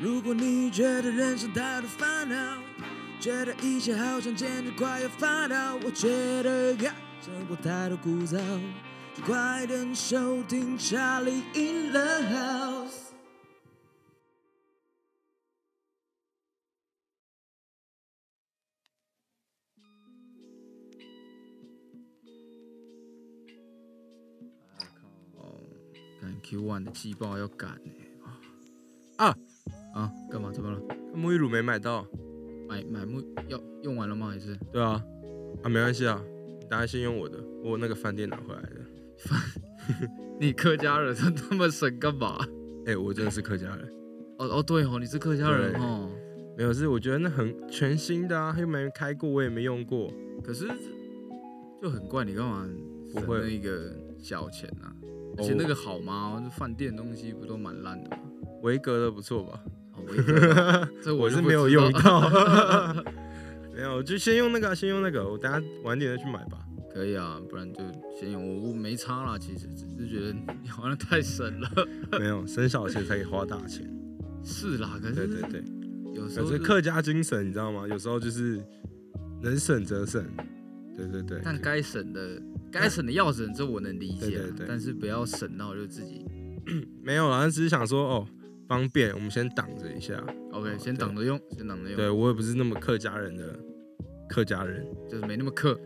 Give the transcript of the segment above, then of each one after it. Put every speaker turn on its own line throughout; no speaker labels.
如果你觉得人生太多烦恼，觉得一切好像简直快要发抖，我觉得呀，生活太多枯燥，就快点收听《查理 in the house》。哦，赶 Q One 的季报要赶呢、啊啊，干嘛？怎么了？
沐浴乳没买到。
买买木要用完了吗？还是
对啊，啊没关系啊，你大家先用我的，我有那个饭店拿回来的。
你客家人他那么省干嘛？
哎、我真的是客家人，
哦哦对哦，你是客家人
对
哦。
没有是我觉得那很全新的啊，又没人开过，我也没用过。
可是就很怪，你干嘛省
会
那一个小钱啊？
哦
而且那个好吗？就饭店东西不都蛮烂的吗？
维格的不错吧？
哦，我也不知 道这
我
就是不
没有
知道
用 到，没有，就先用那个啊、先用那个，我等下晚点再去买 吧。
可以啊，不然就先用。我我没差啦，其实只是觉得你好像太省了。
没有，省小钱才可以花大 钱。
是啦，可
对
是
对对，
有时
可
候
是
就
客家精神你知道吗？有时候就是能省则省。对对对，
但该省的该省的要省，这我能理解
对
啊
对对，
但是不要省到就自己
没有啦，只是想说哦，方便，我们先挡着一下。
OK，
哦
先
对
挡着用，先挡着
对
用，
我也不是那么客家人的客家人，
就是没那么克。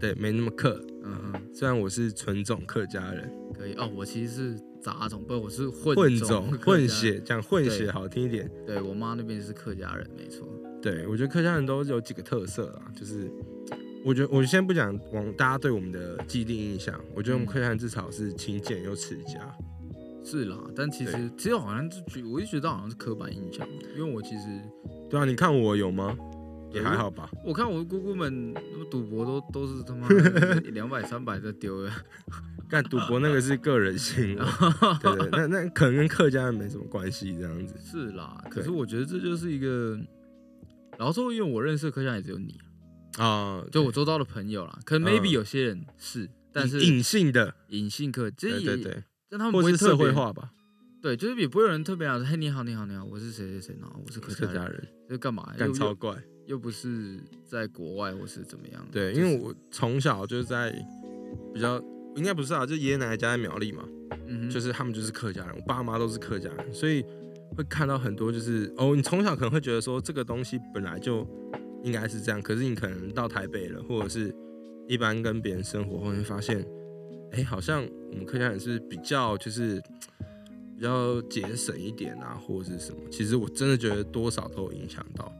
对，没那么客。
嗯嗯，
虽然我是纯种客家人，
可以哦。我其实是杂种，不，我是混
混
种
种
客家
混。血，讲混
对
血好听一点。
对我妈那边是客家人，没错。
对，我觉得客家人都有几个特色啦，就是我觉得我先不讲往大家对我们的既定印象，我觉得我们
嗯
客家人至少是勤俭又持家。
是啦，但其实
对
其实好像就觉，我就觉得好像是刻板印象，因为我其实
对啊，你看我有吗？也
啊
还好吧。
我看我姑姑们那么赌博都都是 他妈的两百三百的丢的，
干赌博 那个是个人行为，对对，那那可能跟客家人没什么关系，这样子。
是啦。可
对
是我觉得这就是一个，然后说因为我认识的客家人也只有你，
啊、
就我周遭的朋友啦，可
嗯
能 maybe 有些人是，但是
隐性的，
隐性客其实
对
也，
对对，
但他们不
或
会
是
特
社
别
会，化吧，
对，就是也不会有人特别啊，嘿，你好，你好，你好，我是谁谁谁，然后我是客
客
家
家
人，
人
这干嘛？又
干超
又
怪。
又不是在国外或是怎么样？
对，
就
因为
是
我从小就是在比较，应该不是啊，就爷爷奶奶家在苗栗嘛，
嗯哼，
就是他们就是客家人，我爸妈都是客家人，所以会看到很多就是哦，你从小可能会觉得说这个东西本来就应该是这样，可是你可能到台北了，或者是一般跟别人生活后，你会发现，哎，好像我们客家人是比较就是比较节省一点啊，或者是什么，其实我真的觉得多少都有影响到，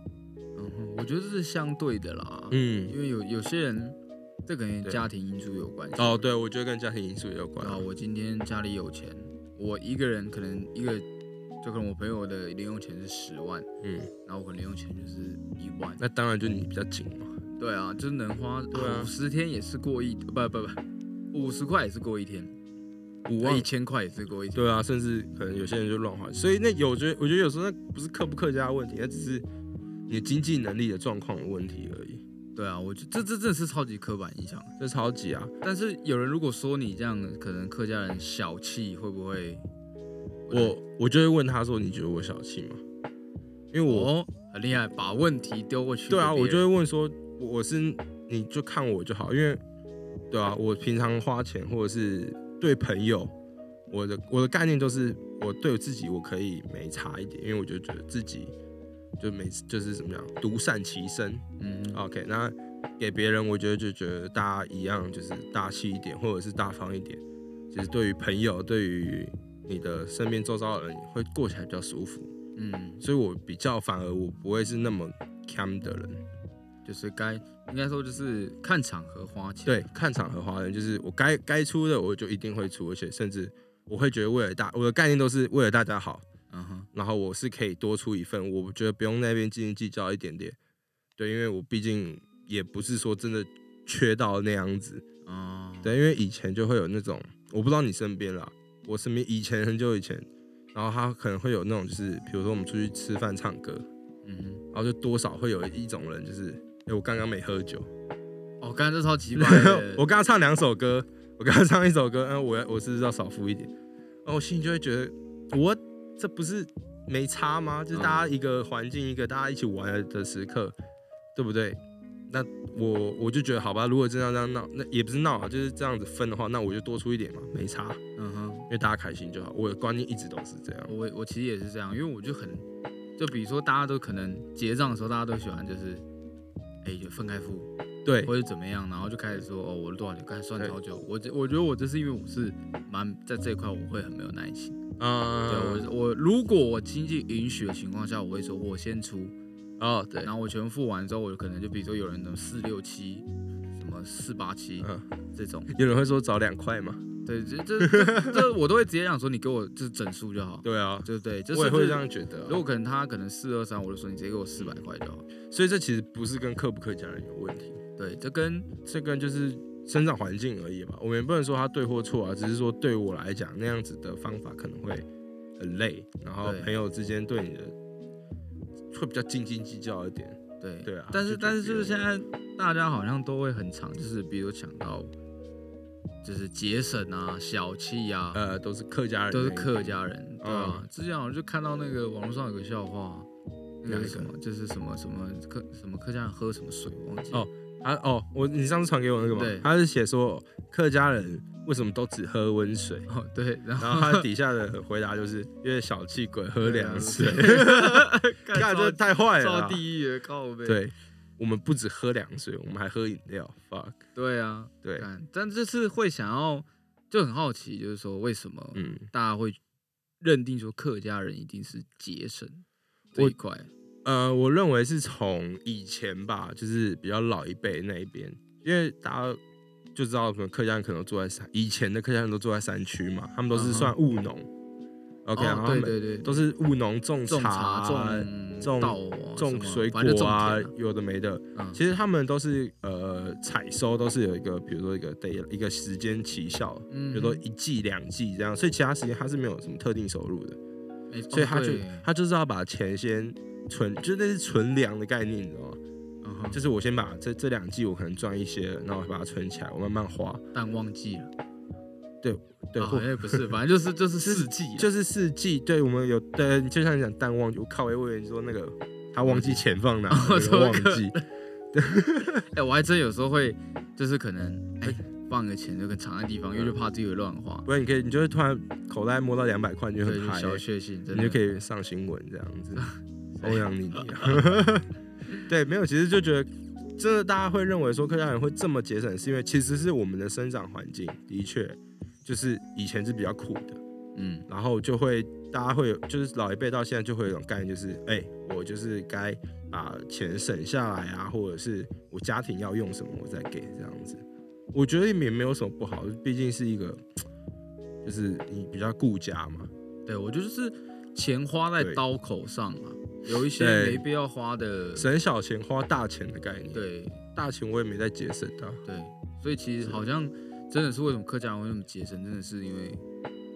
嗯哼，我觉得这是相对的啦，
嗯。
因为有有些人，这可能跟
对
家庭因素有关系。
哦，对，我觉得跟家庭因素也有关。
啊，我今天家里有钱，我一个人可能一个，就可能我朋友的零用钱是十万，
嗯，
然后我可能零用钱就是一万，
那当然就你比较紧嘛。
对啊，就是能花
对啊
五十天也是过一，不不不，五十块也是过一天，
五
一千块也是过一天。
对啊，甚至可能有些人就乱花，所以那有觉得，我觉得有时候那不是客不客家的问题，那只是你经济能力的状况的问题而已。
对啊，我觉这这真的是超级刻板印象。
这超级啊，
但是有人如果说你这样，可能客家人小气，会不会？
我我就会问他说：“你觉得我小气吗？”因为我、
哦、很厉害，把问题丢过去。
对啊，我就
觉
会
得
问说：“我我是你就看我就好，因为对啊，我平常花钱或者是对朋友，我的我的概念都是我对我自己我可以没差一点，因为我就觉得自己就每次就是怎么样独善其身，
嗯，
OK，那给别人，我觉得就觉得大家一样，就是大气一点，或者是大方一点。其实对于朋友，对于你的身边周遭的人，会过起来比较舒服。
嗯，
所以我比较反而我不会是那么 cam 的人，
就是该应该说就是看场合花钱。
对，看场合花人，就是我该该出的我就一定会出，而且甚至我会觉得为了大，我的概念都是为了大家好，
嗯哼，
然后我是可以多出一份，我觉得不用那边斤斤计较一点点，对，因为我毕竟也不是说真的缺到那样子，
哦，，
对，因为以前就会有那种，我不知道你身边啦，我身边以前很久以前，然后他可能会有那种，就是比如说我们出去吃饭唱歌，
嗯
然后就多少会有一种人，就是哎、诶我刚刚没喝酒，
哼，哦，刚才这超级白的，
我刚刚唱两首歌，我刚刚唱一首歌，嗯，我要我是不是要少付一点？然后我心里就会觉得，我这不是没差吗？就是大家一个环境，一个大家一起玩的时刻，对不对？那我我就觉得好吧，如果真的这样闹，那也不是闹啊，就是这样子分的话，那我就多出一点嘛，没差，
嗯哼，
因为大家开心就好。我的观念一直都是这样。
我我其实也是这样，因为我就很，就比如说大家都可能结账的时候，大家都喜欢就是，哎、就分开付，
对
或者怎么样，然后就开始说哦，我多少钱，刚才算
对
超久。我这我觉得我这是因为我是蛮在这一块我会很没有耐心。对
嗯，
我我如果我经济允许的情况下，我会说我先出，
哦，对，
然后我全付完之后，我可能就比如说有人能四六七，什么四八七
嗯，
这种，
有人会说找两块嘛？
对，这这这这我都会直接讲说你给我就是整数就好，
对啊，
对对，就
我
是
也会这样觉得啊、
如果可能他可能四二三，我就说你直接给我四百
嗯
块就好。
所以这其实不是跟客不客家人有问题，
对，这跟
这跟就是生长环境而已嘛。我们也不能说他对或错啊，只是说对我来讲那样子的方法可能会很累，然后
对
朋友之间对你的会比较斤斤计较一点。
对
对啊
但
就是觉
但
得
是
别
就是
人
现在大家好像都会很常，就是比如讲到就是节省啊、小气啊，
呃，都是客家人，
都是客。家人，对啊。
嗯
之前好像就看到那个网络上有个笑话，那
哪
个
一
什
个
么就是什么什么客什么客家人喝什么水，我忘记了
哦啊哦，我你上次传给我那个
对
嘛，他是写说客家人为什么都只喝温水，
哦对，然后
然后他底下的回答就是因为小气鬼喝
啊
凉 水，
干啊
看这太坏了
造
啦。
地狱的靠背，
对，我们不只喝凉水，我们还喝饮料。fuck，
对啊，
对，
干但就是会想要就很好奇，就是说为什么
嗯，
大家会认定说客家人一定是节省这
我
一块，
呃，我认为是从以前吧，就是比较老一辈那一边，因为大家就知道，可能客家人可能住在山，以前的客家人都住在山区嘛，他们都
嗯哼
是算务农。OK，、然
哦
后他
对
们
对对，
都是务农种
种
茶、
种
种
稻啊什
种
么
水果
反正就种
啊
田啊，
有的没的。
嗯
其实他们都是呃采收都是有一个，比如说一个 day 一个时间期效，
嗯
比如说一季两季这样，所以其他时间它是没有什么特定收入的，
哎
所以
哦
他就
对
他就是要把钱先存，就那是存粮的概念，你知道吗？
嗯哼
就是我先把这这两季我可能赚一些，然后我把它存起来，我慢慢花。
但忘记了，
对，
啊
或
哎不是，反正就是就是
是
四季啊，
就是四季，对我们有对，就像你讲淡忘，我靠，我以为你说那个他忘记钱放哪，
哦
我
怎么
忘
可
记，
哎，我还真有时候会就是可能哎放个钱就跟藏在地方，因为就怕自己会乱花，
不然你可以，你就会突然口袋摸到两百块，你就很
对，就
嗨，欸
小确幸，真
你
的
就可以上新闻这样 子，
对
欧阳妮妮啊。 对，没有，其实就觉得，这大家会认为说客家人会这么节省，是因为其实是我们的生长环境的确就是以前是比较苦的，
嗯
然后就会大家会有，就是老一辈到现在就会有一种概念，就是哎、我就是该把钱省下来啊，或者是我家庭要用什么我再给这样子。我觉得也没有什么不好，毕竟是一个，就是你比较顾家嘛。
对我觉得就是钱花在
对
刀口上啊，有一些
对
没必要花的，
省小钱花大钱的概念。，
对
大钱我也没在节省的、
对，所以其实
是
好像真的是为什么客家人会那么节省，真的是因为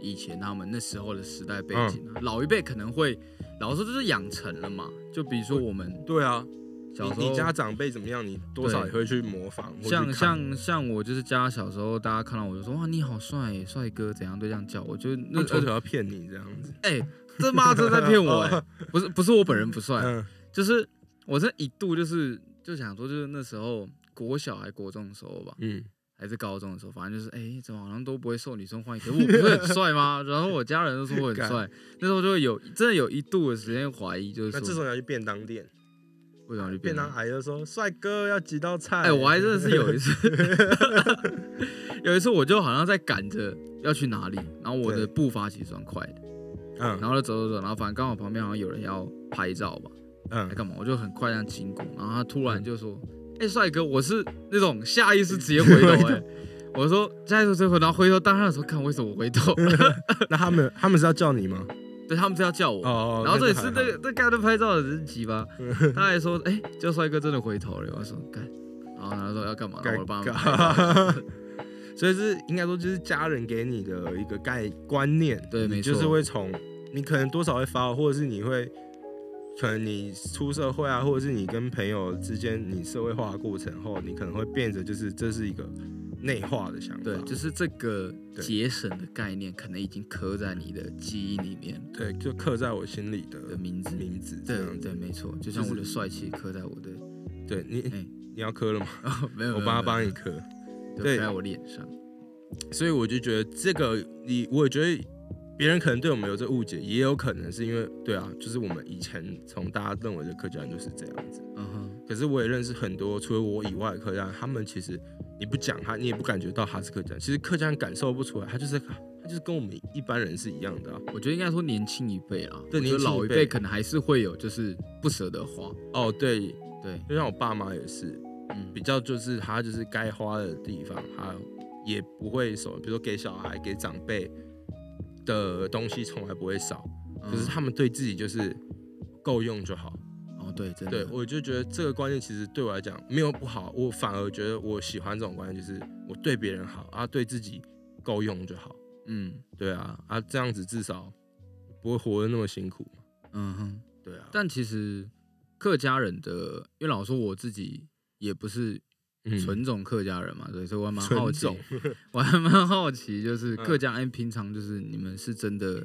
以前他们那时候的时代背
嗯
景啊，老一辈可能会老实说就是养成了嘛，就比如说我们
对啊，
小时
你
候
你家长辈怎么样，你多少
对
也会去模仿。或去
像
看
像像我就是家小时候，大家看到我就说哇你好帅耶，帅哥怎样都这样叫我，就
他
那
们从
呃
小要骗你这样子。哦
哎、这妈这在骗 我哎，不是不是我本人不帅，
嗯，
就是我这一度就是就想说就是那时候国小还国中的时候吧，
嗯，
还是高中的时候，反正就是哎、怎么好像都不会受女生欢迎，可是我不是很帅 吗？然后我家人都说我很
干
帅，那时候就会有真的有一度的时间怀疑，就是
那
说
自从要去便当店，
为什么就
便
变
当
成
阿姨就说：“帅哥要几道菜。”
哎、我还真的是有一次， 有一次我就好像在赶着要去哪里，然后我的
对
步伐其实算快的，
嗯
然后就走走走，然后反正刚好旁边好像有人要拍照吧，还
嗯，
干嘛，我就很快这样经过，然后他突然就说：“哎、帅哥，我是那种下意识直接回头、哎， 我说下意识直接回头，然后回头当下的时候，看为什么我回头？
那他们他们是要叫你吗？
对他们是要叫我。
哦，
然后这
那
里
还
是
好
那个这干的拍照的人急 吧，他还说，哎、叫帅哥真的回头了。我说干，然后他说要干嘛？然后我帮他们拍照。
尴尬。 所以是应该说就是家人给你的一个概观念，
对
你
没错
就是会从你可能多少会发，或者是你会。可能你出社会啊，或者是你跟朋友之间，你社会化的过程后，你可能会变着就是这是一个内化的想法。
对，就是这个
对
节省的概念，可能已经刻在你的记忆里面
对，就刻在我心里的
的名字。
名字这
对
样
对，
子。
没错，就像
就是
我的帅气刻在 我的，
对你
哎，
你要刻了吗？
哦，没有，
我
没有
帮他，帮
没
你刻。
有
对
对，刻在我脸上。
所以我就觉得这个，你我也觉得别人可能对我们有这误解，也有可能是因为对啊，就是我们以前从大家认为的客家人就是这样子。
嗯哼，
可是我也认识很多除了我以外的客家人，他们其实你不讲他，你也不感觉到他是客家人。其实客家人感受不出来，他就是他就是跟我们一般人是一样的啊。
我觉得应该说年轻一辈啊，
对
我
年
觉得
轻
老
一
一
辈
辈可能还是会有就是不舍得花。
哦，对，
对，
就像我爸妈也是，
嗯
比，较就是他就是该花的地方，他也不会什么，比如说给小孩、给长辈的东西从来不会少。
嗯
可是他们对自己就是够用就好。
哦，对，真
对
的，
我就觉得这个观念其实对我来讲没有不好，我反而觉得我喜欢这种观念，就是我对别人好啊，对自己够用就好。
嗯
对啊，啊这样子至少不会活得那么辛苦嘛。
嗯哼。
对啊，
但其实客家人的，因为老实说我自己也不是
嗯
纯种客家人嘛，对，所以我还蛮
纯
好奇
种，
我还蛮好奇，就是
嗯
客家人平常就是你们是真的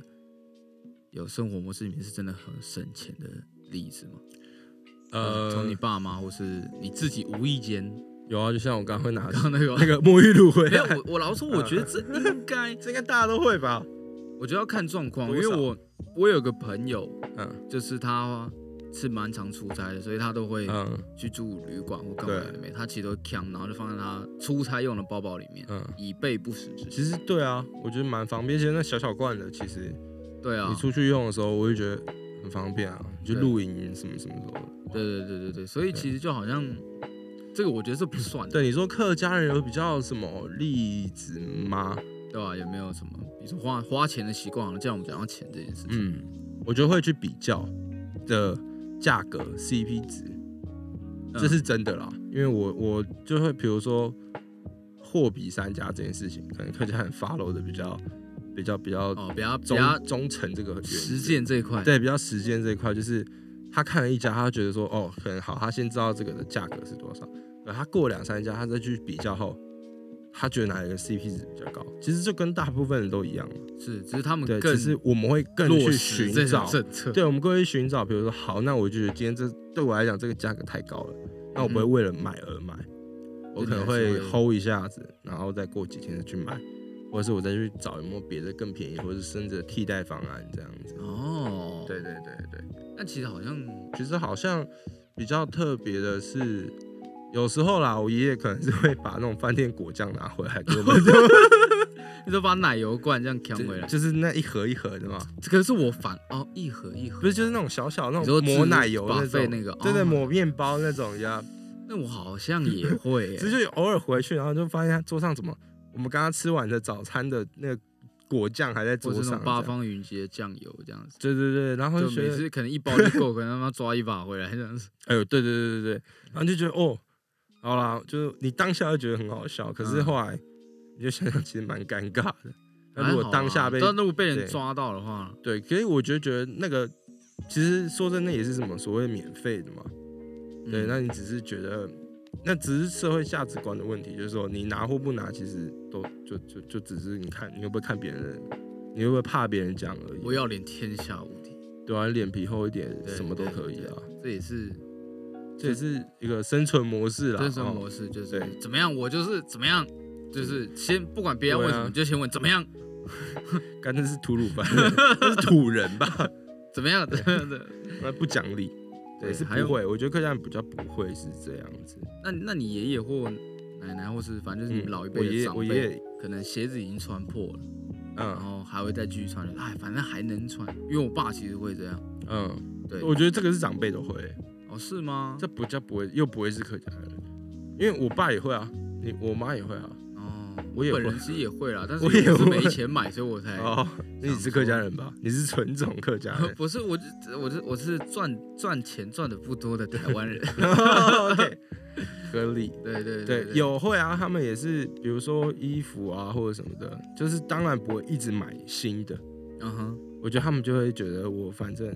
有生活模式里面是真的很省钱的例子吗？
呃
呃从你爸妈或是你自己无意间
有啊，就像我刚刚会拿
刚刚那个
那。个沐浴露回
没有，
来，
我我老实说，我觉得这应该，
嗯 这应该大家都会吧？
我觉得要看状况，因
多
为
少
我我有个朋友，
嗯
就是他是蛮常出差的，所以他都会
嗯
去住旅馆或干嘛
对
的没，他其实都扛，然后就放在他出差用的包包里面，
嗯，
以备不时之需。
其实对啊，我觉得蛮方便，而且那小小罐的，其实
对啊
你，出去用的时候，我就觉得很方便啊，就
对
露营什么什么什么。
对对对对对，所以
对
其实就好像这个，我觉得这不算的，
对，你说客家人有比较什么例子吗？
对吧、也没有什么，比如说花花钱的习惯，好像既然我们讲到钱这件事情，
嗯，我觉得会去比较的价格 CP 值，
嗯
这是真的啦。因为我我就会比如说货比三家这件事情，可能客家人 follow 的比较比较比较
哦，比较比
忠、
较
忠诚这个原则
实，践这一块，
对，比较实践这一块，就是他看了一家，他觉得说哦，可能好，他先知道这个的价格是多少，然后他过两三家，他再去比较后。他觉得哪一个 CP 值比较高？其实就跟大部分人都一样嘛，
是，只是他们
对，
更
只是我们会更
落
去
实
寻
这
找
种政策，
对，我们过去寻找，比如说，好，那我就觉得今天这对我来讲这个价格太高了，那我不会
嗯
为了买而买，我
对
可能
你还是
会
会
hold 一下子，然后再过几天再去买，或者是我再去找有没有别的更便宜，或者是甚至替代方案这样子。
哦，
对，对对对，
那其实好像
其实好像比较特别的是。有时候啦，我爷爷可能是会把那种饭店果酱拿回来给我们，
你都把奶油罐这样扛回
就
来，
就是那一盒一盒的嘛，
可是我反哦一盒一盒
不，是就是那种小小那
你说
种抹
自
奶油那
buffet
种，
那个
对对，
哦
抹面包那种呀，
那我好像 也会耶、
只是就偶尔回去，然后就发现他桌上怎么，我们刚刚吃完的早餐的那个果酱还在
或
桌
者那
上
种，八
这样
方云集的酱油这样子，
对对对，然后
就
就觉
每
得，
次可能一包就够，可能他妈抓一把回来这样子。
哎呦，对对对对对，然后就觉得哦，好啦，就是你当下就觉得很好笑，可是
嗯
后来你就想想，其实蛮尴尬的。那如
还好啊
果
啦
当下被
但如果被
对
人抓到的话，
对，可是我觉得觉得那个，其实说真的也是什么所谓免费的嘛，对，
嗯
那你只是觉得。那只是社会价值观的问题，就是说你拿或不拿，其实都就就就只是你看你会不会看别人，你会不会怕别人讲而已。
我要脸天下无敌，
对啊，脸皮厚一点，
对
什么都可以啊。
这也是
这也是一个生存模式啦。
生存
哦
模式，就是
对
怎么样，我就是怎么样，就是先不管别人问什
对啊
么，你就先问怎么样，
干那是吐鲁番，那是土人 吧？
怎么样，对对。
那不讲理。对，
对
是
还有
不会。我觉得客家人比较不会是这样子。
那那你爷爷或奶奶，或是反正就是你们老一
嗯我
辈
爷
的
爷，
长
我爷
辈，哦
爷，
可能鞋子已经穿破了，然
嗯
后还会再继续穿，哎，反正还能穿，因为我爸其实会这样。
嗯，
对，
我觉得这个是长辈都会，
哦，是吗？
这不叫不会，又不会是客家人，因为我爸也会啊，你我妈也会啊。
哦，
我也
本
会
人其实也会 啦，但是
我也
是
会
没钱买，所以我才。
哦，那你是客家人吧？你是纯种客家人
不是，我就我就我是赚赚钱赚的不多的台湾人。
OK，合理。
对对
对，
对，
有会啊，他们也是，比如说衣服啊或者什么的，就是当然不会一直买新的。
嗯哼，
我觉得他们就会觉得我反正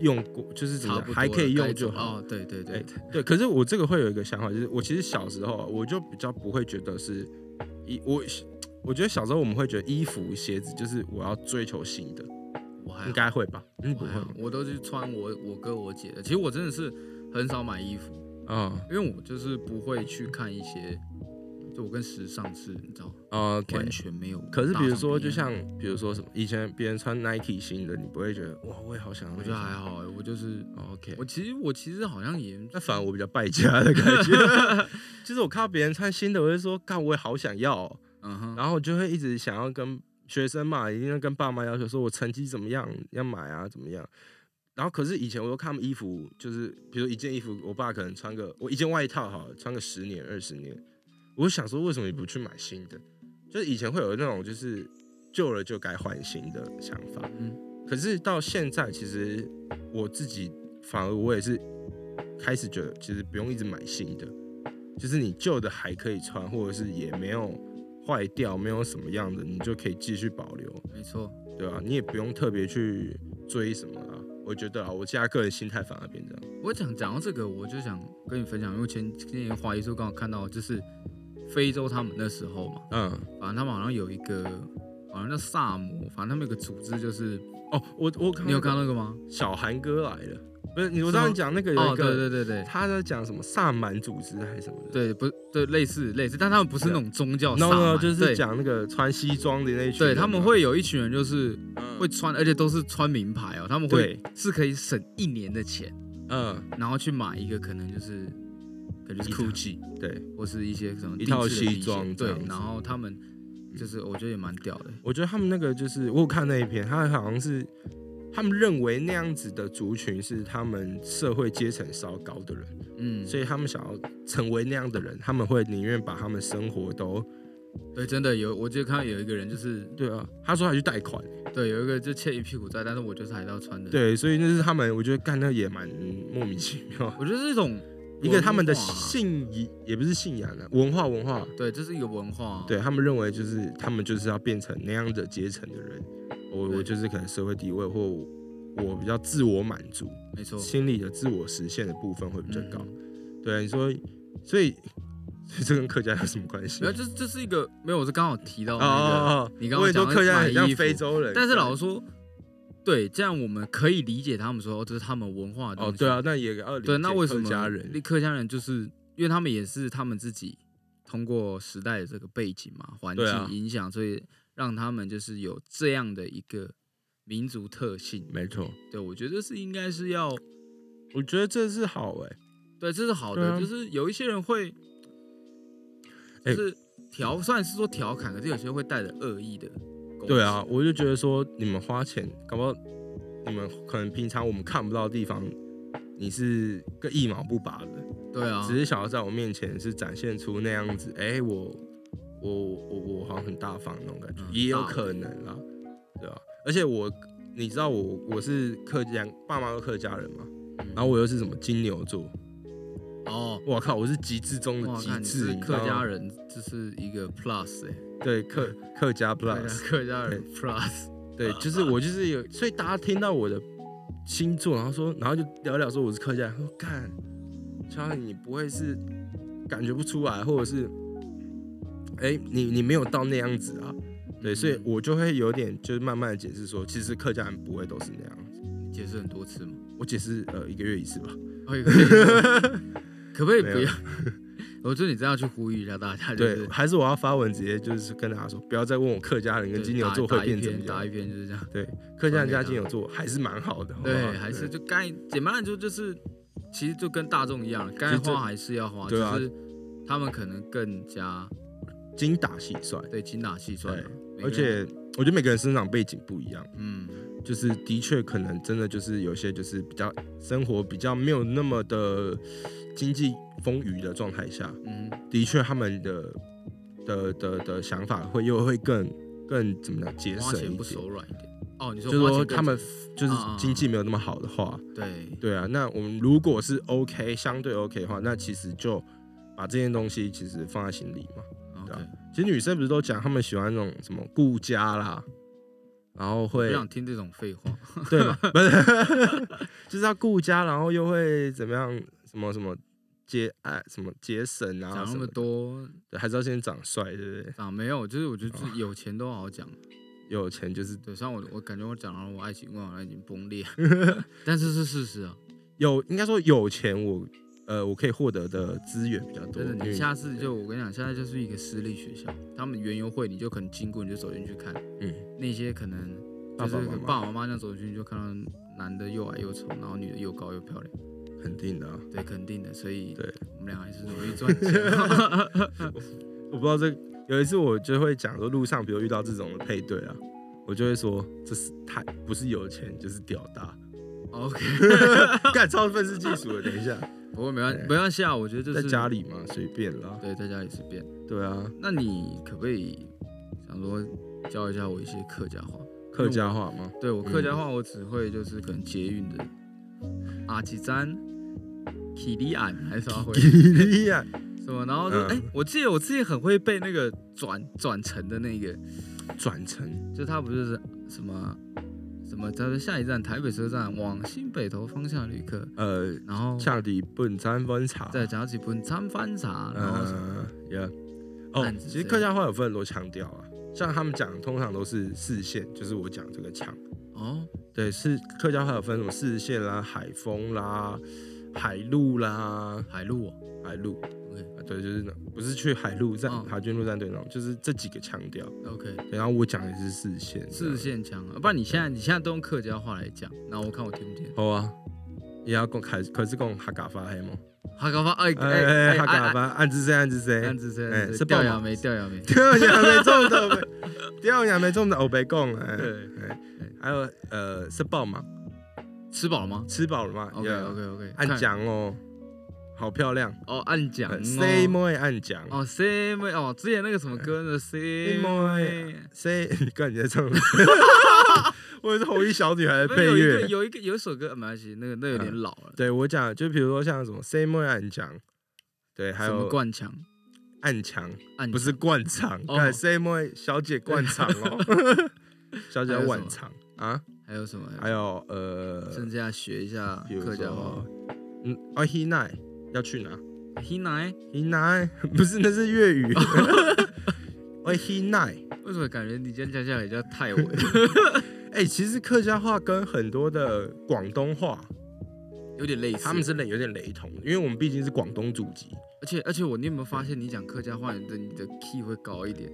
用过，就是怎么
差
讲
不多
还可以
了该
用就
怎么
好。
哦，对对对
哎，对，可是我这个会有一个想法，就是我其实小时候啊我就比较不会觉得是衣，我我觉得小时候我们会觉得衣服、鞋子就是我要追求新的，
我还好
应该会吧？嗯，
我
不会
还好，我都是穿我我哥我姐的。其实我真的是很少买衣服，
啊、
因为我就是不会去看一些，就我跟时尚是你知道
o k
完全没有搭上
哦
边。
可是比如说，就像比如说什么，以前别人穿 Nike 新的，你不会觉得哇，我也好想要
我
那
觉
个。
得还好、欸，我就是
哦，OK，
我其实我其实好像也
那反而我比较败家的感 觉，就是我看到别人穿新的，我就说干，我也好想要哦、
嗯哼，
然后我就会一直想要跟学生嘛，一定要跟爸妈要求说我成绩怎么样，要买啊怎么样。然后可是以前我都看他们衣服，就是比如一件衣服，我爸可能穿个我一件外套好了，穿个十年二十年，我就想说为什么你不去买新的？就是以前会有那种就是旧了就该换新的想法，
嗯
可是到现在其实我自己反而我也是开始觉得其实不用一直买新的，就是你旧的还可以穿，或者是也没有坏掉，没有什么样的，你就可以继续保留，
没错，
对吧、你也不用特别去追什么啊。我觉得啊，我现在个人心态反而变这样。
我讲讲到这个，我就想跟你分享，因为前前几天华谊就刚好看到，就是非洲他们那时候嘛，
嗯，
反正他们好像有一个，好像叫萨摩，反正他们有个组织，就是
哦，我我看
你有
到
看到那个吗？
小韩哥来了，不是你我
是
刚
吗
刚讲那个有
哦，
一
对
个，
对对对，
他在讲什么萨满组织还是什么的。
对，不是，对，类似类似，但他们不是那种宗教萨
No
满
no，就是
对
讲那个穿西装的那群人嘛。
对，他们会有一群人就是
嗯
会穿，而且都是穿名牌哦，他们会
对，
是可以省一年的钱，
嗯，
然后去买一个可能就是可能就是
一套
GUCCI
对，
或是一些什么
一套
定制的
西装
皮鞋
这样
对
子，嗯
然后他们就是我觉得也蛮屌的，
我觉得他们那个就是我有看那一篇，他好像是他们认为那样子的族群是他们社会阶层稍高的人，
嗯，
所以他们想要成为那样的人，他们会宁愿把他们生活都
对，真的有，我就看到有一个人就是
对啊，他说他去贷款，
对有一个就欠一屁股债，但是我就是还是要穿的，，
对，所以那是他们，我觉得干那也蛮莫名其妙，
我觉得是一种
一个他们的
文化啊
信仰也不是信仰啊，文化文化，
对，这是一个文化啊，
对他们认为就是他们就是要变成那样的阶层的人，我
对
我就是可能社会地位或我我比较自我满足，
没错，
心理的自我实现的部分会比较高。
哦嗯
对，啊你说，所以 所以这跟客家有什么关系？
没有，这这是一个没有，我是刚好提到
哦
那
哦哦，
个，你刚
我
刚
也
讲
说
的
客家
买
很像
衣服
非洲人，
但是老
师
实说，对，这样我们可以理解他们说，哦，这是他们文化的东
哦，
西
对啊，，那也要理解
对，那为什么
客家人？
客家人就是因为他们也是他们自己通过时代的这个背景嘛，环
对啊
境影响，所以让他们就是有这样的一个民族特性。
没错，
对，我觉得是应该是要，
我觉得这是好哎、
对，这是好
对
的，
啊
就是有一些人会，就
哎
是调，虽然是说调侃，可是有些会带着恶意的。
对啊，，我就觉得说你们花钱，搞不好你们可能平常我们看不到的地方，你是个一毛不拔的。
对啊，
只是想要在我面前是展现出那样子，哎、我我我我好像很大方那种感觉，
嗯
也有
大
可能啦，对啊？而且我，你知道我我是客家，爸妈都客家人嘛，
嗯
然后我又是什么金牛座，
哦，
我靠，我是极致中的
哇，
极
看你
致
是，
你知道
客家
吗，
人，这是一个 plus 哎、
对客客家 plus，
客家人 plus，
对，就是
嗯
我就是有，所以大家听到我的星座，然后说，然后就聊聊说我是客家人，说干，乔安你不会是感觉不出来，或者是，哎、你你没有到那样子啊？对，所
嗯
以我就会有点就是慢慢的解释说，其实客家人不会都是那样子。
解释很多 次嘛。
我解释呃一个月一次吧。
可以可以可不可以
哎没
不
有
要？ 我觉得你这样去呼吁一下大家，就是
对，还是我要发文直接就是跟大家说，不要再问我客家人
对
跟金牛
打
座
打
会
一
变怎
篇
么
打一
样。
篇就是这样。
对，客家人加
传给他
金牛座还是蛮好的，好不好
对，还是就该简单的就就是，其实就跟大众一样，该
实这
花还是要花，
对啊
就是他们可能更加
精打细算。
对精打细算嘛，每个
而
人
且我觉得每个人生长背景不一样，
嗯，
就是的确可能真的就是有些就是比较生活比较没有那么的经济丰裕的状态下，
嗯，
的确他们的的的的想法会又会更更怎么讲节
花
省
钱
一
不
点
手。软一点。哦，你说
就是
花钱
说，
更
他们
节
就是
啊啊啊
经济没有那么好的话，
对
对啊，那我们如果是 OK，相对 OK 的话，那其实就把这件东西其实放在心里嘛。
，OK，
其实女生不是都讲她们喜欢那种什么顾家啦，然后
不
会
想听这种废话。
对 嘛，不是，就是要顾家，然后又会怎么样，什么什么节爱，什么节省啊，
讲那
什
么
么的，
多
对，还是要先长帅，对不对？
啊，没有，就是我觉得
哦
就是有钱都好讲。
有钱就是
对，像我我感觉我讲了，我爱情观好像已经 崩裂，但是是事实啊。
有，应该说有钱我。呃，我可以获得的资源比较多。
真的，
因
你
为
下次就我跟你讲，现在就是一个私立学校，他们园游会你就可能经过，你就走进去看，
嗯，
那些可能
爸
就
爸妈
是
妈
可能爸爸妈妈这样走进去，就看到男的又矮又丑，然后女的又高又漂亮，
肯定的啊、
对，肯定的。所以
对，
我们俩还是努力赚钱。
我不知道这有一次我就会讲说，路上比如遇到这种的配对啊，我就会说这是太不是有钱就是屌 大，
OK，
干超愤世嫉俗的。等一下，
不过没关
对
不要吓，我觉得这
在
是
家，里嘛，随便啦。
对，在家里随便。
对啊，
那你可不可以想说教一下我一些客家话？
客家话嘛，
对我客家
嗯
话，我只会就是可能捷运的啊阿吉詹、k 里俺还是要会
厉害。
什么，然后就
嗯
哎、我记得我自己很会背那个转转乘的那个，
转乘
就他不就是什么什么，他说下一站台北车站往新北投方向旅客，
呃，
然后
下底本餐分茶。
再加几分餐翻茶，然后什么
嗯，yeah。哦
但，是
其实
这
客家话有分很多腔调啊，像他们讲通常都是四线，就是我讲这个腔。
哦，
对，是客家话有分什么四线啦、海风啦、海陆啦、
海陆、哦、
海陆。
，OK
啊，对，就是那不是去海陆战、
嗯
海军陆战队那种，就是这几个腔调。
OK，
对然后我讲的是四线，
四。线腔啊，不然你现在你现在都用客家话来讲，然后我看我听不听。
好啊，也要讲还可是讲客家话黑吗？
哈嘎发，哎
哎
哎
哎，客家
哎
话，暗之谁？暗之谁？
样子是
哎
这样
是
子，
爆
掉
马
牙没掉牙没。
钓也没中的呗，钓也没中的我白讲哎
对。
哎还有呃，吃饱吗？
吃饱了吗
吃饱了吗
？OK
Yeah
OK OK，
哎按讲哎哦，好漂亮。呃
哦，按讲哦
C 妹按讲
哦，C 妹哦，之前那个什么歌
哎
呢？C 妹
C，你 看你在唱， 我也是红衣小女孩的
不
配
是有一个
乐。哎
有一个有一首歌，啊没关系，那个那有点老了，
对我讲，就比如说像什么 C 妹按讲，对，还
什么
有
灌墙
暗墙，
按
不是灌肠，
哦
看 C 妹小姐灌肠哦， 小姐
还有什么
晚肠啊，
还有什么？
还有呃，
剩下学一下
比如
客家话
说，嗯，啊，he n i 要去哪
嘿奶，
？he n i 不是，那是粤 语。喂，he n i
为什么感觉你今天讲下来叫泰文？
哎，其实客家话跟很多的广东话，
有点类似。
他们是类有点雷同，因为我们毕竟是广东祖籍。
而且而且我你有没有发现，你讲客家话，你的你的 key 会高一点？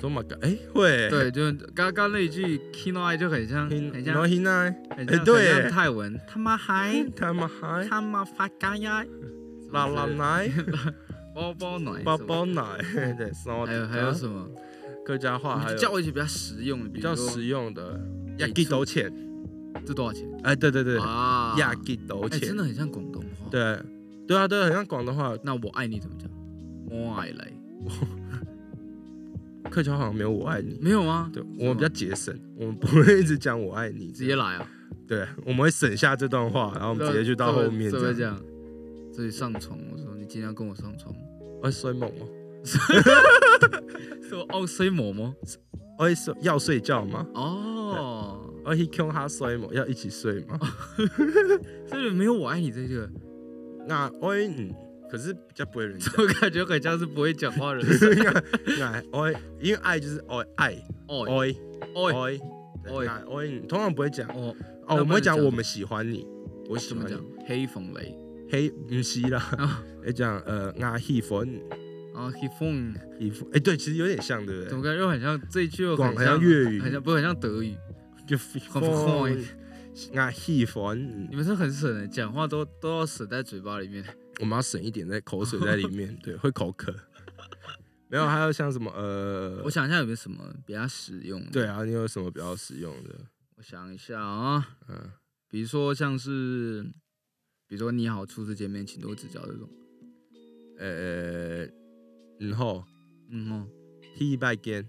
怎么改？哎，会。
对，就刚刚那一句 key 奶就很像很像
he n i
很
哎
像
对
很
耶
像泰文，哎他妈还
他们 还
他妈发嘎呀，
啦啦奶，
包包奶，
包包，奶， 对，三
还有还有
么
什么？
客家话？还
你教
有
我一些比较实用的，
比较
如说
实用的，
哎
亚吉斗钱。
这多少钱
哎，对对对，
啊
亚吉斗
哎，
钱
真的。很像广东话。，
对，对啊，对啊，很像广东话，
那我爱你怎么讲？我爱来，
客家话好像没有我爱你。
没有吗？
对，
是
我们比较
吗
节省，我们不会一直讲我爱你，
直接。来啊，
对，我们会省下这段话，然后我们直接就到后面
怎么
这样。
讲？所以上床，我说你今天要跟我上床，
爱哦睡梦吗？
说哦睡某吗？
爱哦睡要睡觉吗？
哦，
爱去看他睡梦，要一起睡吗？
这里没有我爱你这个，
那爱你，可是比较不会有人 讲。
我感觉很像是不会讲话的人。
那爱，因为爱就是爱爱爱
哦
爱
哦
爱
爱
爱你，嗯通常不会讲
哦，
哦，我们会讲
那不能讲
我们喜欢你，我喜
怎
欢
么
你
讲？黑风雷
嘿，不是啦
啊，
会讲呃，我喜欢你。
啊，黑风。
衣服，哎，对，其实有点像，对不
怎
对？
么感觉又很像这一句又
广
很
很像粤语
很像不是很像德语？
就
很欢
啊，喜欢
你，们是很省的，讲话都都要省在嘴巴里面。
我们要省一点在口水在里 面，对，会口渴。没有，还有像什么呃
我，想一下有没有什么比较实用的？
对，啊，你有什么比较实用的？
我想一下啊，
嗯，
比如说像是，比如说你好，初次见面，请多指教这种。
呃，然后
嗯哦
T 一百 g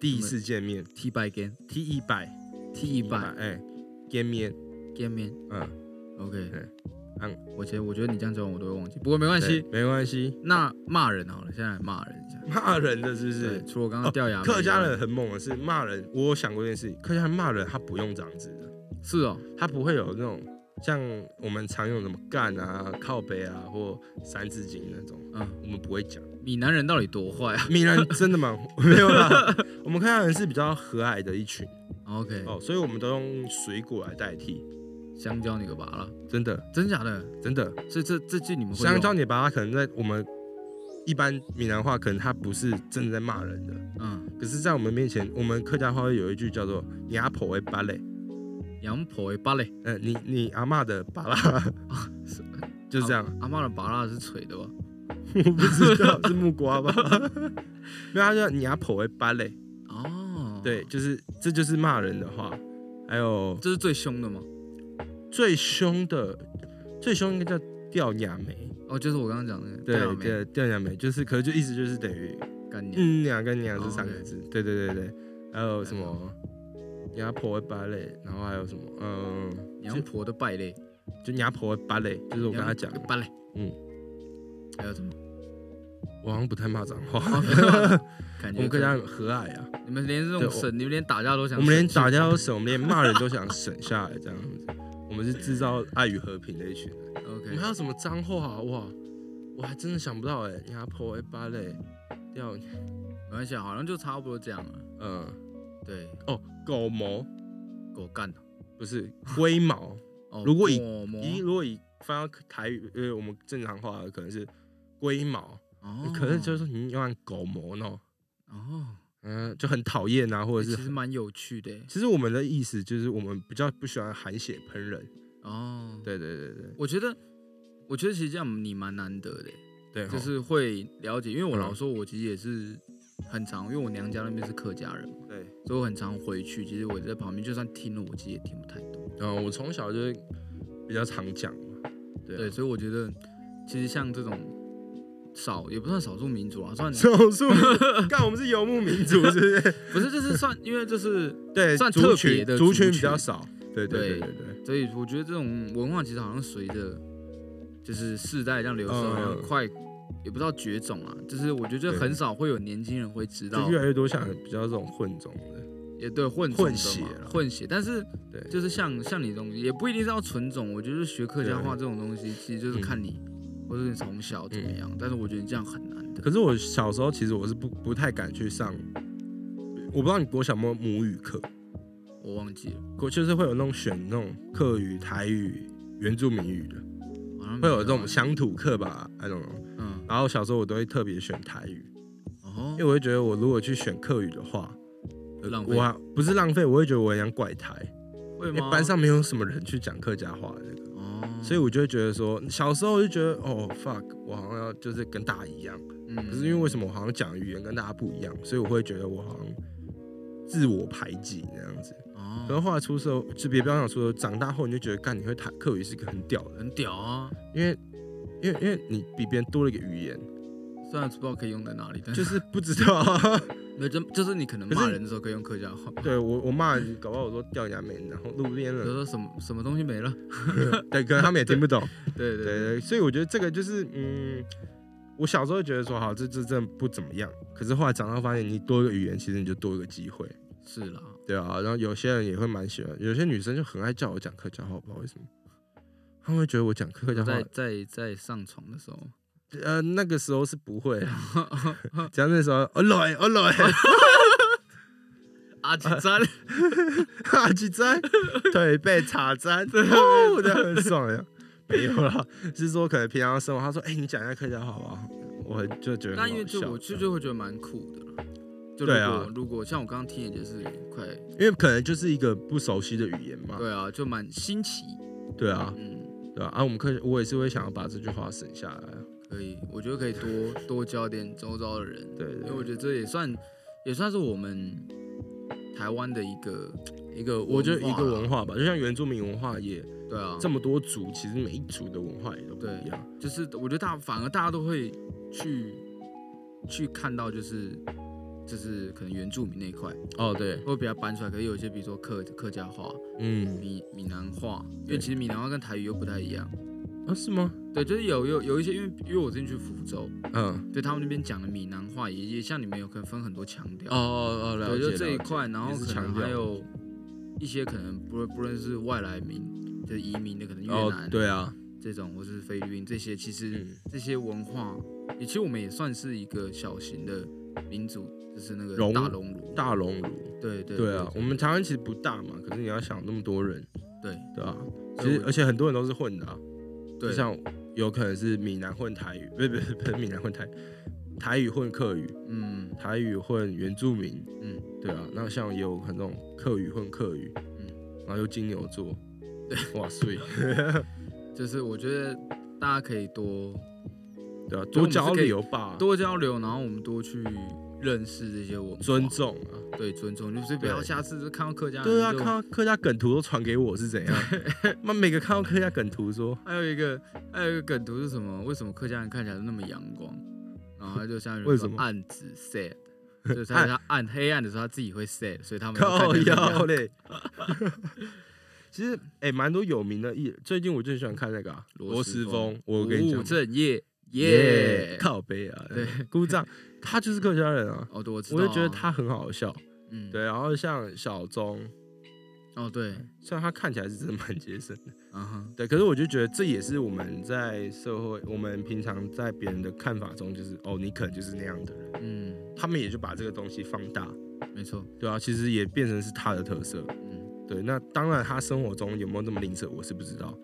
第一次见面
，T by again
，T 一百
，T 一百
哎，见面，
见面
嗯，
，OK
对。嗯，
我觉得我觉得你这样讲我都会忘记，不过没关系
对。没关系，
那骂人好了，现在来骂人一 下。
骂人的是不
对
是？
除了我刚刚掉牙
哦
没以外、
客家人很猛的是骂人，我有想过一件事情，客家人骂人他不用长子的，
是哦，
他不会有那种像我们常用什么干啊、靠背啊或三字经那种，
嗯，
我们不会讲。
闽南人到底多坏啊
闽南真的吗？没有啦，我们客家人是比较和蔼的一群
？OK，、
哦，所以我们都用水果来代替，
香蕉你个拔了，
真的
真假的？
真的。
所以这这句你们会用
香蕉，你把它可能在我们一般闽南话，可能它不是真的在骂人的，
嗯，
可是，在我们面前，我们客家话会有一句叫做“你阿婆会芭蕾
羊婆的芭蕾”，
呃，你你阿嬷的芭拉，
是
就是这样。
阿妈的拔拉是垂的吧？
我不知道 是木瓜 吧？没有，他叫你阿婆会芭蕾，
哦，
对，，就是这就是骂人的话。还有
这是最凶的吗？
最凶的，最凶应该叫掉牙梅，
哦，就是我刚刚讲的那个，
对
掉牙没
对，掉牙梅就是，可是就意思就是等于
干娘，
嗯娘跟娘
哦
这三个
，OK
字，对对对对，还有什么牙婆会芭蕾，然后还有什么嗯，
羊婆的败类，
就牙婆会芭蕾，就是我
我
跟他讲，
芭蕾，
嗯，
还有 什么？
我好像不太骂脏话，
哦 没有啊
我
感觉
们客家人很和蔼啊，
你们连这
对
种
我
省，你们连打架都想
我
省，
们连打架都省，我们连骂人都想省下来这样子，我们是制造爱与和平的一群人。我们还
，OK，
有什么脏话啊？哇，我还真的想不到哎，牙婆会芭蕾，掉
没关系啊，好像就差不多这样了。
嗯
对，
哦狗毛
狗干的。
不是龟 毛。
哦，
如果以
抹抹
咦，如果以翻到台语，呃，我们正常话可能是龟毛，
哦，
可是就是你用按狗毛呢，
哦，
嗯、就很讨厌啊，或者
其
是
实蛮有趣的耶
其实我们的意思就是我们比较不喜欢含血喷人，
哦。，
对对对对
我觉得，我觉得其实这样你蛮难得的耶，
对，
就
吼
是会了解，因为
嗯
我老实说，我其实也是很常，因为我娘家那边是客家人嘛，
对，
所以我很常回去。其实我在旁边，就算听了，我其实也听不太懂。
然后我从小就是比较常讲嘛，对啊
对，，所以我觉得，其实像这种少也不算少数民族 啊，算
少数民族干我们是游牧民族，是不 是？
不是就是算，因为就是
对，
算
族
特
群
别的
族
族
群比
群
较少，对对
对
对对
所以我觉得这种文化其实好像随着就是世代这样流逝，好像
嗯
快也不知道绝种啊。就是我觉得
对
就很少会有年轻人会知
对，
道
就，越来越多像比较这种混种的，
也对混种的
混血
嘛
了
混血。但是
对，
就是像像你这种，也不一定是要纯种。我觉得学客家话这种东西，其实就是
嗯
看你，或者你从小怎么样。但是我觉得你这样很难的。
可是我小时候其实我是不不太敢去上，我不知道你国小有没有母语课，
我忘记了，
国就是会有那种选那种客语、台语、原住民语的，
嗯好像没
会有这种
啊
乡土课吧，I don't know。
嗯，
然后小时候我都会特别选台语，
哦
因为，我会觉得我如果去选客语的话，呃
浪费
我还不是浪费，我会觉得我很像怪胎，
为
因
吗
为班上没有什么人去讲客家话的那个，
哦，
所以我就会觉得说，小时候我就觉得哦 fuck，我好像要就是跟大家一样。
嗯，
可是因为为什么我好像讲的语言跟大家不一样，所以我会觉得我好像自我排挤那样子。可是
哦，
后来出社会，就别不要想出社会，长大后你就觉得干你会谈课语是一个很屌的，
很屌啊，
因为因为因为你比别人多了一个语言，
虽然不知道可以用在哪里，但是
就是不知道 啊。
没有，就就是你可能
可是
骂
你
人的时候可以用客家话，
对我我骂人，搞不好我说掉牙妹，然后路边
比如
了，
说什么什么东西没了，
对，可能他们也听不懂。
对
对对，所以我觉得这个就是嗯。我小时候觉得说好，这这真的不怎么样。可是后来长大发现，你多一个语言，其实你就多一个机会。
是啦，
对啊，然后有些人也会蛮喜欢，有些女生就很爱叫我讲客家话，我不知道为什么，她们会觉得我讲客家话
在。在在上床的时候，
呃，那个时候是不 会，只要那时候，哦来哦来，
阿吉赞，
哈几针，腿被插针，哦，这样很爽呀。 没有啦，是说可能平常生活，他说，哎、你讲一下客家话好不好？我就觉得很好
但因为就
笑
我就
这样
就会觉得蛮酷的啦。就如
对啊
果如果像我刚刚听，也就是快，
因为可能就是一个不熟悉的语言嘛，
对啊，就蛮新奇，
对啊，
嗯，
对啊，啊，我们客我也是会想要把这句话省下来啊，
可以，我觉得可以多多交点周遭的人，
对对
因为我觉得这也算也算是我们台湾的一个，
一个我觉得一个
文化啦啊
文化吧，就像原住民文化也
对啊，
这么多族，其实每一族的文化也都不一样。
就是我觉得大反而大家都会去去看到，就是就是可能原住民那一块
哦，对，
会比较搬出来，可是有一些比如说客客家话、
嗯，
闽闽南话，因
对
为其实闽南话跟台语又不太一样，
啊，是吗？
对，就是有有有一些，因为因为我之前去福州，
嗯，
对他们那边讲的闽南话也也像你们有可能分很多腔调，
哦哦哦，了
对，
解，
就这一
了解
块，然后
也是
可能
强调
还有一些可能不论不论是外来民的移民的，可能越
哦
南、，
对啊，
这种或是菲律宾这些，其实
嗯，
这些文化，也其实我们也算是一个小型的民族，就是那个
熔
大熔炉，
大熔炉，
对对
对啊，我们台湾其实不大嘛，可是你要想那么多人，
对
对啊，
所
其
以
实
嗯我
而且很多人都是混的啊，就
对
像有可能是闽南混台语， 不是不是不是闽南混台语，台语混客语，
嗯
台语混原住民，
嗯，
对啊，那像也有很多种客语混客语，
嗯，
然后又金牛座， 对，哇塞，
就是我觉得大家可以多
对啊，
所以我
多
们是
交
可以
流吧，
多交流，然后我们多去认识这些文化，
尊重啊，
对尊重，就是不要
对
下次就看到客家人
对啊，
就
看到客家梗图都传给我是 怎样，妈每个看到客家梗图说，
还有一个还有一个梗图是什么？为什么客家人看起来都那么阳光？然后他就像有人
为
说
什么
暗紫 sad，就 是他他暗黑暗的时候他自己会 sad，所以 他们
靠
就看起来很
腰
阳
嘞。 其实，哎、蛮多有名的艺人，最近我最喜欢看那个啊罗时丰，我跟你
不务
讲，
正业
耶
哦耶，
靠背啊，
对，
鼓掌，他就是客家人啊，
哦，对，我知道
我
啊
就觉得他很好笑，
嗯
对，然后像小钟，
哦对，
虽然他看起来是真的蛮节省的，
嗯哼
对，可是我就觉得这也是我们在社会，我们平常在别人的看法中，就是哦，你可能就是那样的人，
嗯，
他们也就把这个东西放大，
没错，
对啊，其实也变成是他的特色，
嗯
对，那当然，他生活中有没有这么吝啬，我是不知道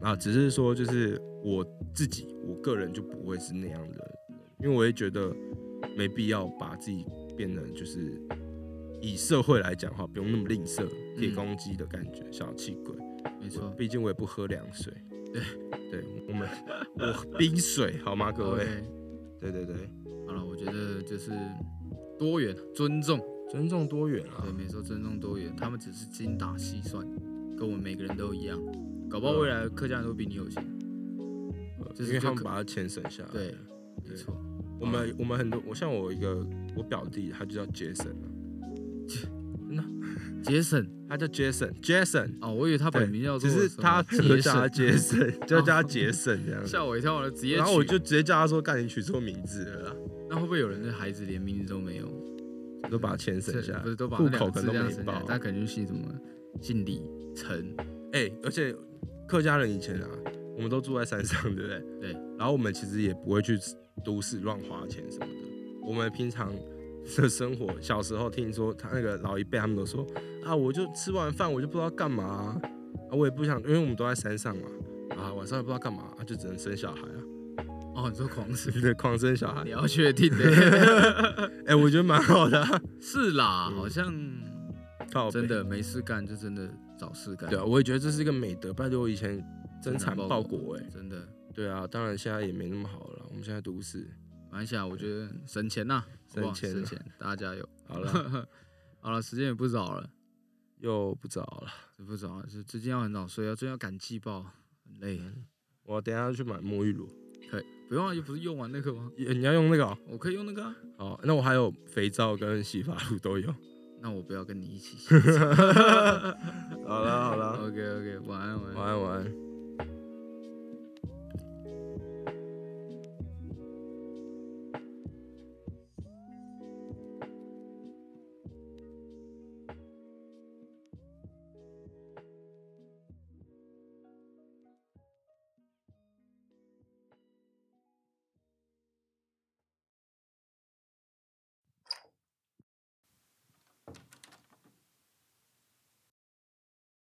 啊。只是说，就是我自己，我个人就不会是那样的人，因为我也觉得没必要把自己变得就是以社会来讲的话，不用那么吝啬，铁公鸡的感觉，小气鬼。
嗯没错，
毕竟我也不喝凉水。对，对我们我冰水好吗，各位
OK，
对对对，
好了，我觉得就是多元尊重，
尊重多元啊
对，。没错，尊重多元，他们只是精打细算，跟我们每个人都一样，搞不好未来客家人都比你有钱，
嗯呃
就是
因为他
就
们把他钱省下来。
对，没
对
错，
我们我们很多，我像我一个我表弟，他就叫杰森啊
杰森
他叫 Jason，Jason，
哦，我以为他本名叫做
只是
什么
他只会
杰
叫他
森，
杰森，就叫他杰森这样子。
吓我一跳，我的职业
然后我
取
就直接叫他说：“干，你取错名字了啦，
那会不会有人的孩子连名字都没有？
都把钱省下来，
不是都把
户
那
口
两
可
个
能
字这
都
样
没
省下来
报，。啊
他可能就姓什么姓李陈，”
哎，而且客家人以前啊，我们都住在山上，对不对？
对。
然后我们其实也不会去都市乱花钱什么的，我们平常。的生活，小时候听说他那个老一辈他们都说啊，我就吃完饭我就不知道干嘛啊、啊我也不想，因为我们都在山上嘛，啊，晚上也不知道干嘛，啊，就只能生小孩啊，
哦，你说狂死，
对，狂生小孩
你，要确定的，
哎、我觉得蛮好的、啊，
是啦，
嗯
好像
靠
真
北。
的没事干就真的找事干，
对啊，我也觉得这是一个美德。拜托，我以前增
真
产
的
报国哎、
真的。
对啊，当然现在也没那么好了啦，我们现在都市。
马来西亚，我觉得省钱呐、好不好
省钱啊
省钱，大家加油。
好了，
好了，时间也不早了，
又不早了，
也不早了，是最近要很早睡啊，最近要赶季报，很累。
嗯我等一下要去买沐浴乳。
不用啊，又不是用完那个吗？
也你要用那个、哦？
我可以用那个啊。
好，那我还有肥皂跟洗发露都有。
那我 不要跟你一起洗。
好了好了，
OK OK，晚安晚安
晚。安晚安。